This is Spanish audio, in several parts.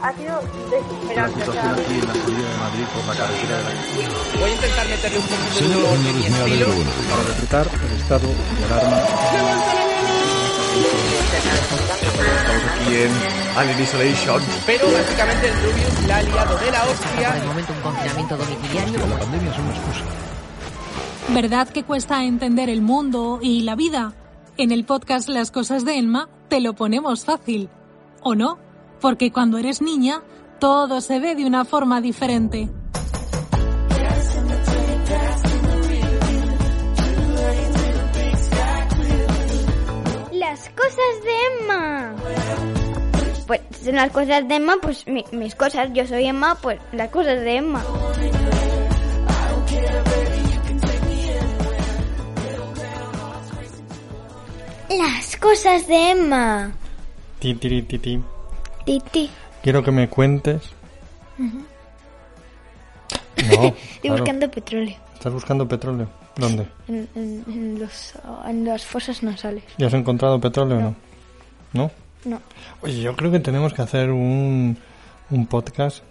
Ha sido desesperante. o sea, en la salida de Madrid por la carretera de la Voy a intentar meterle un poquito de Señoras y humor señores, y me estilo. alegro. Para decretar el estado de alarma. Estamos aquí en Alien Isolation. Pero básicamente el Rubius la ha liado de la Por el hostia. momento un confinamiento domiciliario como pandemia es una excusa. ¿Verdad que cuesta entender el mundo y la vida? En el podcast Las cosas de Elma te lo ponemos fácil. ¿O no? Porque cuando eres niña, todo se ve de una forma diferente. Las cosas de Emma. Pues en las cosas de Emma, pues mi- mis cosas, yo soy Emma, pues las cosas de Emma. Las cosas de Emma. Ti, ti, ti, ti, ti. Titi. Quiero que me cuentes. No, Estoy claro. buscando petróleo. Estás buscando petróleo. ¿Dónde? En, en- en los, en las fosas nasales. ¿Ya has encontrado petróleo o no? ¿No? No. Oye, yo creo que tenemos que hacer un, un podcast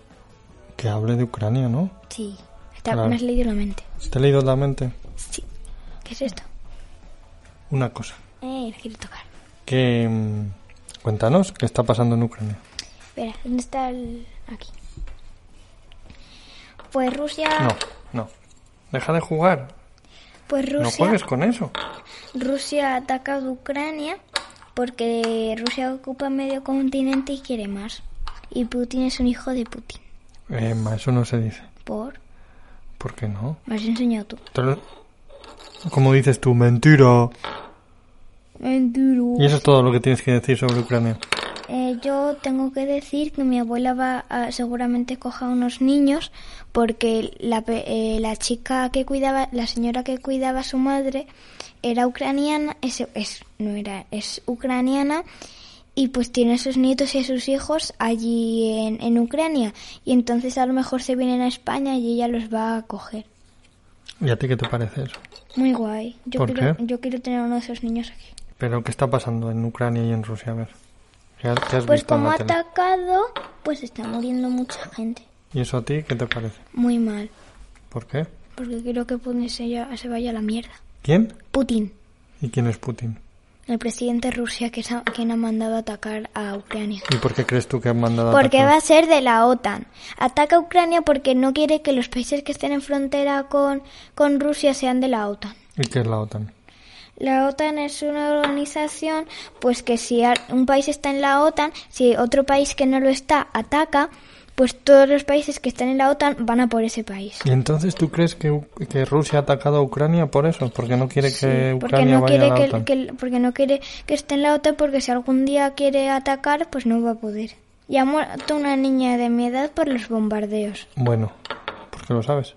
que hable de Ucrania, ¿no? Sí. Está, Claro. Me has leído la mente. ¿Te he leído la mente? Sí. ¿Qué es esto? Una cosa. Eh, lo quiero tocar. Que... mm, Cuéntanos qué está pasando en Ucrania. Espera, ¿dónde está el...? Aquí. Pues Rusia... No, no. Deja de jugar. Pues No Rusia... juegues con eso. Rusia ataca a Ucrania porque Rusia ocupa medio continente y quiere más. Y Putin es un hijo de Putin. Emma, eso no se dice. Por... ¿Por qué no? Me has enseñado tú. Te lo- Como dices tú, mentira. Y eso es todo lo que tienes que decir sobre Ucrania. Eh, yo tengo que decir que mi abuela va a- seguramente coja unos niños porque la, pe- eh, la chica que cuidaba, la señora que cuidaba a su madre era ucraniana, es, es- no era, es ucraniana y pues tiene a sus nietos y a sus hijos allí en, en Ucrania y entonces a lo mejor se vienen a España y ella los va a coger. ¿Y a ti qué te parece eso? Muy guay. Yo, ¿Por quiero, qué? yo quiero tener uno de esos niños aquí. ¿Pero qué está pasando en Ucrania y en Rusia? A ver. ¿Qué has, qué has Pues visto en como ha la tele? atacado, pues está muriendo mucha gente. ¿Y eso a ti qué te parece? Muy mal. ¿Por qué? Porque quiero que Putin se, ya- se vaya a la mierda. ¿Quién? Putin, ¿Y quién es Putin? el presidente de Rusia, que es a- quien ha mandado a atacar a Ucrania. ¿Y por qué crees tú que han mandado a Porque atacar? va a ser de la OTAN. Ataca a Ucrania porque no quiere que los países que estén en frontera con, con Rusia sean de la OTAN. ¿Y qué es la OTAN? La OTAN es una organización, pues que si a- un país está en la OTAN, si otro país que no lo está ataca, pues todos los países que están en la OTAN van a por ese país. ¿Y entonces tú crees que, U- que Rusia ha atacado a Ucrania por eso? ¿Porque no quiere que Sí, porque eh, Ucrania no vaya a quiere la que, OTAN? que- porque no quiere que esté en la OTAN porque si algún día quiere atacar pues no va a poder. Y ha muerto una niña de mi edad por los bombardeos, Bueno, porque lo sabes.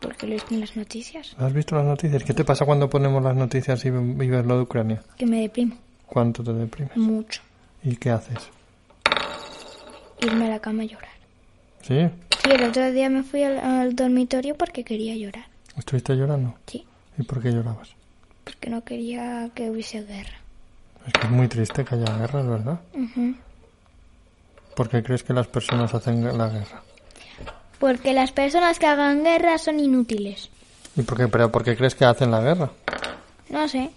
porque lo dicen las noticias, ¿Has visto las noticias? ¿Qué te pasa cuando ponemos las noticias y ve- y ves lo de Ucrania? que me deprimo ¿Cuánto te deprimes? mucho ¿Y qué haces? irme a la cama a llorar. ¿Sí? Sí, el otro día me fui al, al dormitorio porque quería llorar, ¿Estuviste llorando? sí, ¿Y por qué llorabas? porque no quería que hubiese guerra. Es que es muy triste que haya guerras, ¿verdad? Ujú. ¿Por qué crees que las personas hacen la guerra? Porque las personas que hagan guerra son inútiles. ¿Y por qué, pero por qué crees que hacen la guerra? No sé,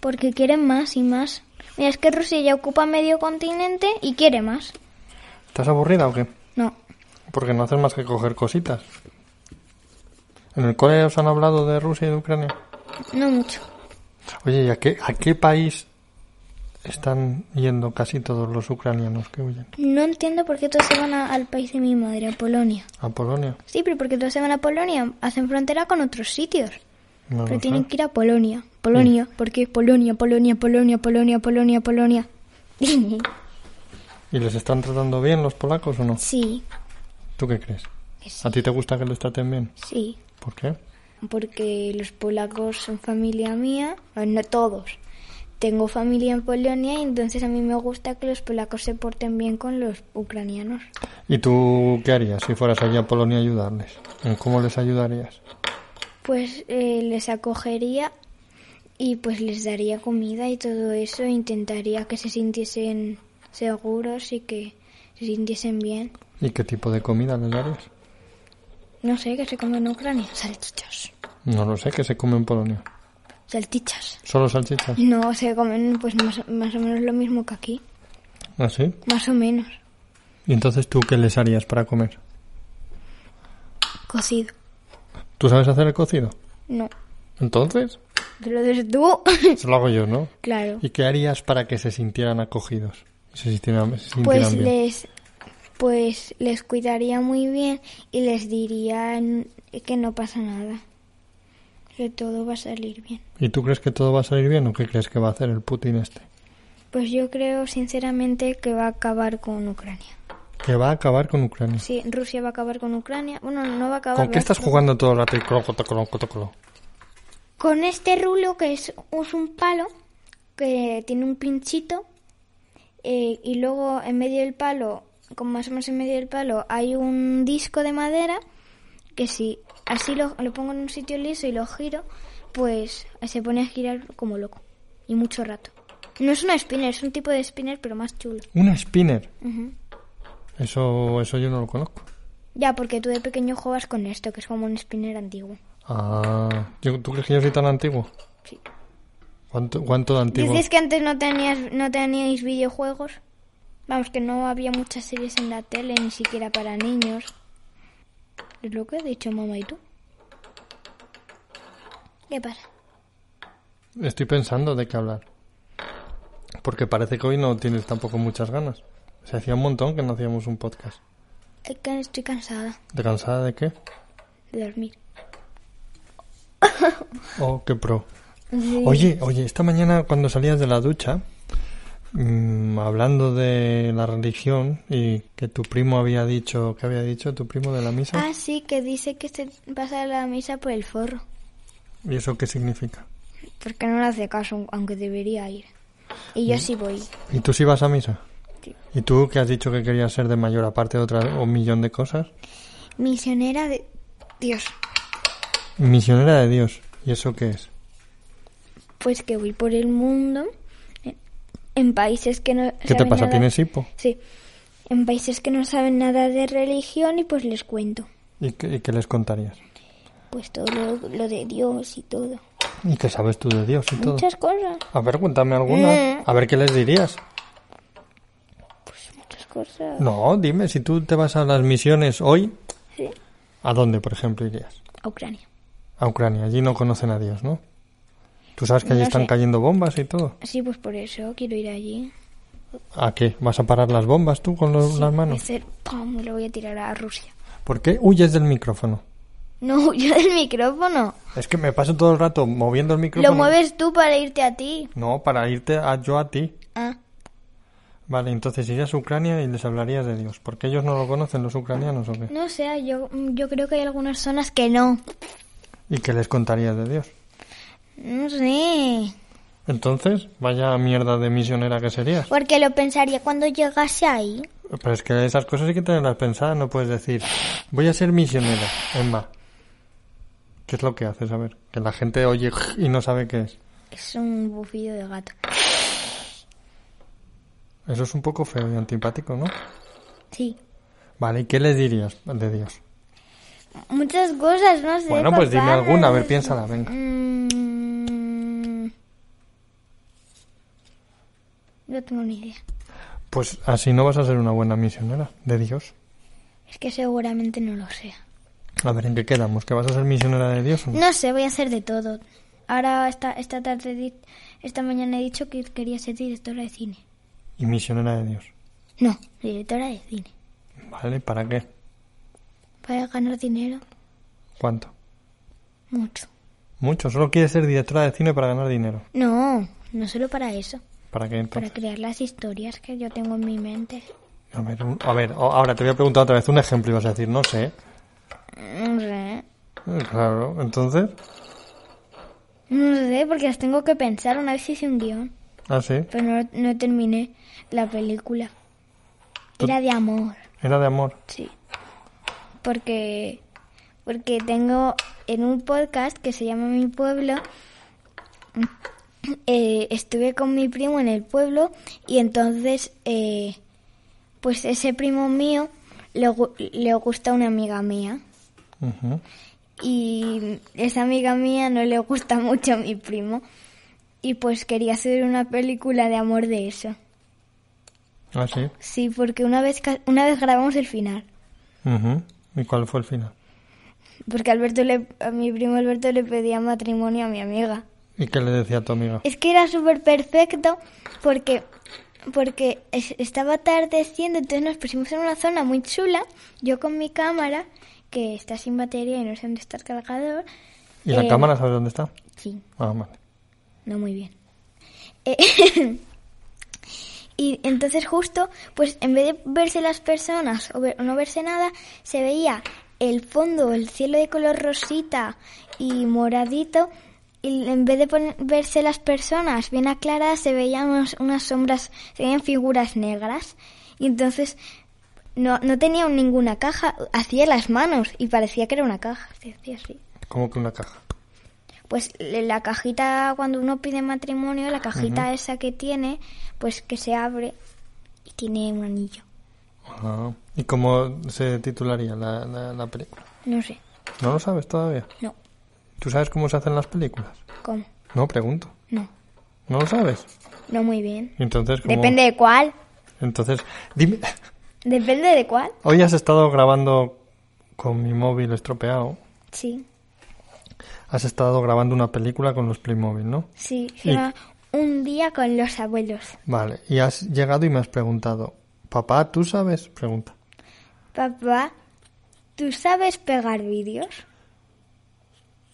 porque quieren más y más. Mira, es que Rusia ya ocupa medio continente y quiere más. ¿Estás aburrida o qué? No, Porque no haces más que coger cositas. ¿En el cole os han hablado de Rusia y de Ucrania? no mucho. Oye, ¿y a qué, a qué país están yendo casi todos los ucranianos que huyen? No entiendo por qué todos se van a- al país de mi madre, a Polonia. ¿A Polonia? Sí, pero porque todos se van a Polonia, hacen frontera con otros sitios. No pero lo tienen sé. que ir a Polonia. Polonia, porque Polonia, Polonia, Polonia, Polonia, Polonia, Polonia. ¿Y les están tratando bien los polacos o no? sí, ¿Tú qué crees? que sí, ¿A ti te gusta que les traten bien? sí. ¿Por qué? Porque los polacos son familia mía, eh, no todos. Tengo familia en Polonia y entonces a mí me gusta que los polacos se porten bien con los ucranianos. ¿Y tú qué harías si fueras allí a Polonia a ayudarles? ¿En cómo les ayudarías? Pues eh, les acogería y pues les daría comida y todo eso. Intentaría que se sintiesen seguros y que se sintiesen bien. ¿Y qué tipo de comida les darías? No sé, que se comen en Ucrania. Salchichas. No lo sé, ¿qué se come en Polonia? Salchichas. ¿Solo salchichas? No, se comen pues más, más o menos lo mismo que aquí. ¿Ah, sí? Más o menos. ¿Y entonces tú qué les harías para comer? Cocido. ¿Tú sabes hacer el cocido? No. ¿Entonces? Te lo dices tú. Se lo hago yo, ¿no? claro. ¿Y qué harías para que se sintieran acogidos? Y se sintieran, se Pues sintieran bien. les pues les cuidaría muy bien y les diría que no pasa nada. Que todo va a salir bien. ¿Y tú crees que todo va a salir bien o qué crees que va a hacer el Putin este? Pues yo creo sinceramente que va a acabar con Ucrania. Que va a acabar con Ucrania. Sí, Rusia va a acabar con Ucrania. Bueno, no va a acabar. ¿Con qué va a- estás jugando todo el rato? Y colo, colo, colo, colo, colo. Con este rulo que es, es un palo que tiene un pinchito eh, y luego en medio del palo, como más o menos en medio del palo, hay un disco de madera que si así lo, lo pongo en un sitio liso y lo giro, pues se pone a girar como loco y mucho rato. No es una spinner, es un tipo de spinner pero más chulo. Una spinner. Ujú. Eso, eso yo no lo conozco. Ya, porque tú de pequeño juegas con esto, que es como un spinner antiguo. Ah, yo- ¿tú crees que yo soy tan antiguo? Sí. ¿Cuánto, cuánto de antiguo? Dices que antes no tenías, no teníais videojuegos. Vamos, que no había muchas series en la tele, ni siquiera para niños. Es lo que ha dicho mamá y tú. ¿Qué pasa? Estoy pensando de qué hablar. Porque parece que hoy no tienes tampoco muchas ganas. Se hacía un montón que no hacíamos un podcast. Es que Estoy cansada ¿De cansada de qué? de dormir. Oh, qué pro. Oye, oye, esta mañana cuando salías de la ducha, mm, hablando de la religión y que tu primo había dicho, ¿qué había dicho tu primo de la misa? Ah, sí, que dice que se pasa la misa por el forro. ¿Y eso qué significa? Porque no le hace caso, aunque debería ir. Y Mm. yo sí voy. ¿Y tú sí vas a misa? Sí. ¿Y tú que has dicho que querías ser de mayor aparte de otra, un millón de cosas? Misionera de Dios. Misionera de Dios. ¿Y eso qué es? Pues que voy por el mundo, en- en países que no... ¿Qué te saben pasa? nada. ¿Tienes hipo? Sí, en países que no saben nada de religión y pues les cuento, ¿Y qué, y qué les contarías? pues todo lo, lo de Dios y todo, ¿Y qué sabes tú de Dios y todo? muchas cosas, A ver, cuéntame alguna. Mm. A ver qué les dirías. muchas cosas. No, dime, si tú te vas a las misiones hoy, Sí. ¿a dónde, por ejemplo, irías? A Ucrania. A Ucrania. Allí no conocen a Dios, ¿no? Tú sabes que allí No están sé. cayendo bombas y todo. Sí, pues por eso quiero ir allí. ¿A qué? ¿Vas a parar las bombas tú con los- las Y manos? hacer pam, y lo voy a tirar a Rusia. ¿Por qué huyes del micrófono? No, yo del micrófono. Es que me paso todo el rato moviendo el micrófono. Lo mueves tú para irte a ti. No, para irte a, yo a ti. Ah, Vale, entonces irías a Ucrania y les hablarías de Dios. Porque ellos no lo conocen, los ucranianos, ¿o qué? no sé, yo, yo creo que hay algunas zonas que no. ¿Y qué les contarías de Dios? No sé. Entonces, vaya mierda de misionera que serías. Porque lo pensaría cuando llegase ahí. Pero es que esas cosas hay que tenerlas pensadas, no puedes decir, voy a ser misionera, Emma. ¿Qué es lo que haces? A ver, que la gente oye y no sabe qué es. Es un bufido de gato. Eso es un poco feo y antipático, ¿no? Sí. Vale, ¿y qué les dirías de Dios? Muchas cosas, no sé. Bueno, pues papá. dime alguna, a ver, piénsala, venga. Mm. No tengo ni idea. Pues así no vas a ser una buena misionera de Dios. Es que seguramente no lo sea. A ver, ¿en qué quedamos? ¿Que vas a ser misionera de Dios o no? No sé, voy a hacer de todo. Ahora, esta, esta tarde, di- esta mañana he dicho que quería ser directora de cine. Y misionera de Dios. No, directora de cine. Vale, ¿para qué? Para ganar dinero, ¿Cuánto? mucho. Mucho, solo quieres ser directora de cine para ganar dinero. No, no solo para eso. ¿Para qué para entonces? crear las historias que yo tengo en mi mente. A ver, un- a ver, o- ahora te voy a preguntar otra vez un ejemplo y vas a decir, no sé. No sé, Eh, Claro, entonces, no sé, porque las tengo que pensar. Una vez hice un guión, ah, sí, pero no, no terminé la película. Tú- Era de amor, era de amor. sí. Porque, porque tengo en un podcast que se llama Mi Pueblo, eh, estuve con mi primo en el pueblo y entonces, eh, pues ese primo mío le, gu- le gusta una amiga mía. Ujú. y esa amiga mía no le gusta mucho a mi primo y pues quería hacer una película de amor de eso. Ah, sí. Sí, porque una vez ca- una vez grabamos el final, Ujú. ¿Y cuál fue el final? porque Alberto le, a mi primo Alberto le pedía matrimonio a mi amiga. ¿Y qué le decía a tu amiga? Es que era súper perfecto porque porque es- estaba atardeciendo, entonces nos pusimos en una zona muy chula, yo con mi cámara que está sin batería y no sé dónde está el cargador. ¿Y la eh, cámara sabes dónde está? Sí. Ah, vale. No muy bien. Eh, y entonces justo, pues en vez de verse las personas o, ver- o no verse nada, se veía el fondo, el cielo de color rosita y moradito. Y en vez de pon- verse las personas bien aclaradas, se veían unos- unas sombras, se veían figuras negras. Y entonces no, no tenía ninguna caja, hacía las manos y parecía que era una caja. Se hacía así. Como que una caja. Pues le- la cajita, cuando uno pide matrimonio, la cajita esa que tiene, pues que se abre y tiene un anillo. Ah. ¿Y cómo se titularía la, la, la película? No sé, ¿No lo sabes todavía? no. ¿Tú sabes cómo se hacen las películas? ¿Cómo? No, pregunto. No, ¿No lo sabes? no muy bien. Entonces, ¿cómo? Depende de cuál. Entonces, dime... Depende de cuál. Hoy has estado grabando con mi móvil estropeado. Sí, Has estado grabando una película con los Playmobil, ¿no? sí. Se llama Un día con los abuelos. Vale. Y has llegado y me has preguntado, papá, ¿tú sabes? Pregunta. Papá, ¿tú sabes pegar vídeos?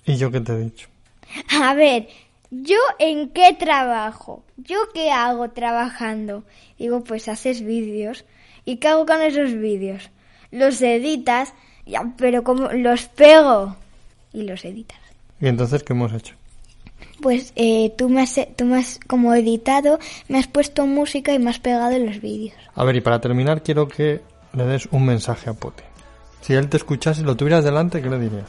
¿Y yo qué te he dicho? A ver, ¿yo en qué trabajo? ¿Yo qué hago trabajando? Digo, pues haces vídeos. ¿Y qué hago con esos vídeos? Los editas, ya, pero como los pego y los editas. ¿Y entonces qué hemos hecho? Pues eh, tú, me has, tú me has como editado, me has puesto música y me has pegado en los vídeos. A ver, y para terminar quiero que le des un mensaje a Putin. Si él te escuchase y lo tuvieras delante, ¿qué le dirías?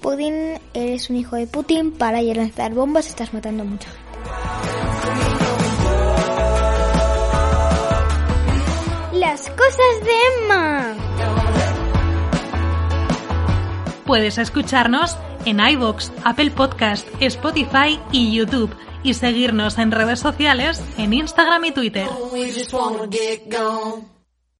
Putin, eres un hijo de Putin, para y de lanzar bombas, estás matando a mucha gente. Las cosas de Emma. Puedes escucharnos en iVoox, Apple Podcast, Spotify y YouTube y seguirnos en redes sociales en Instagram y Twitter. We just wanna get gone.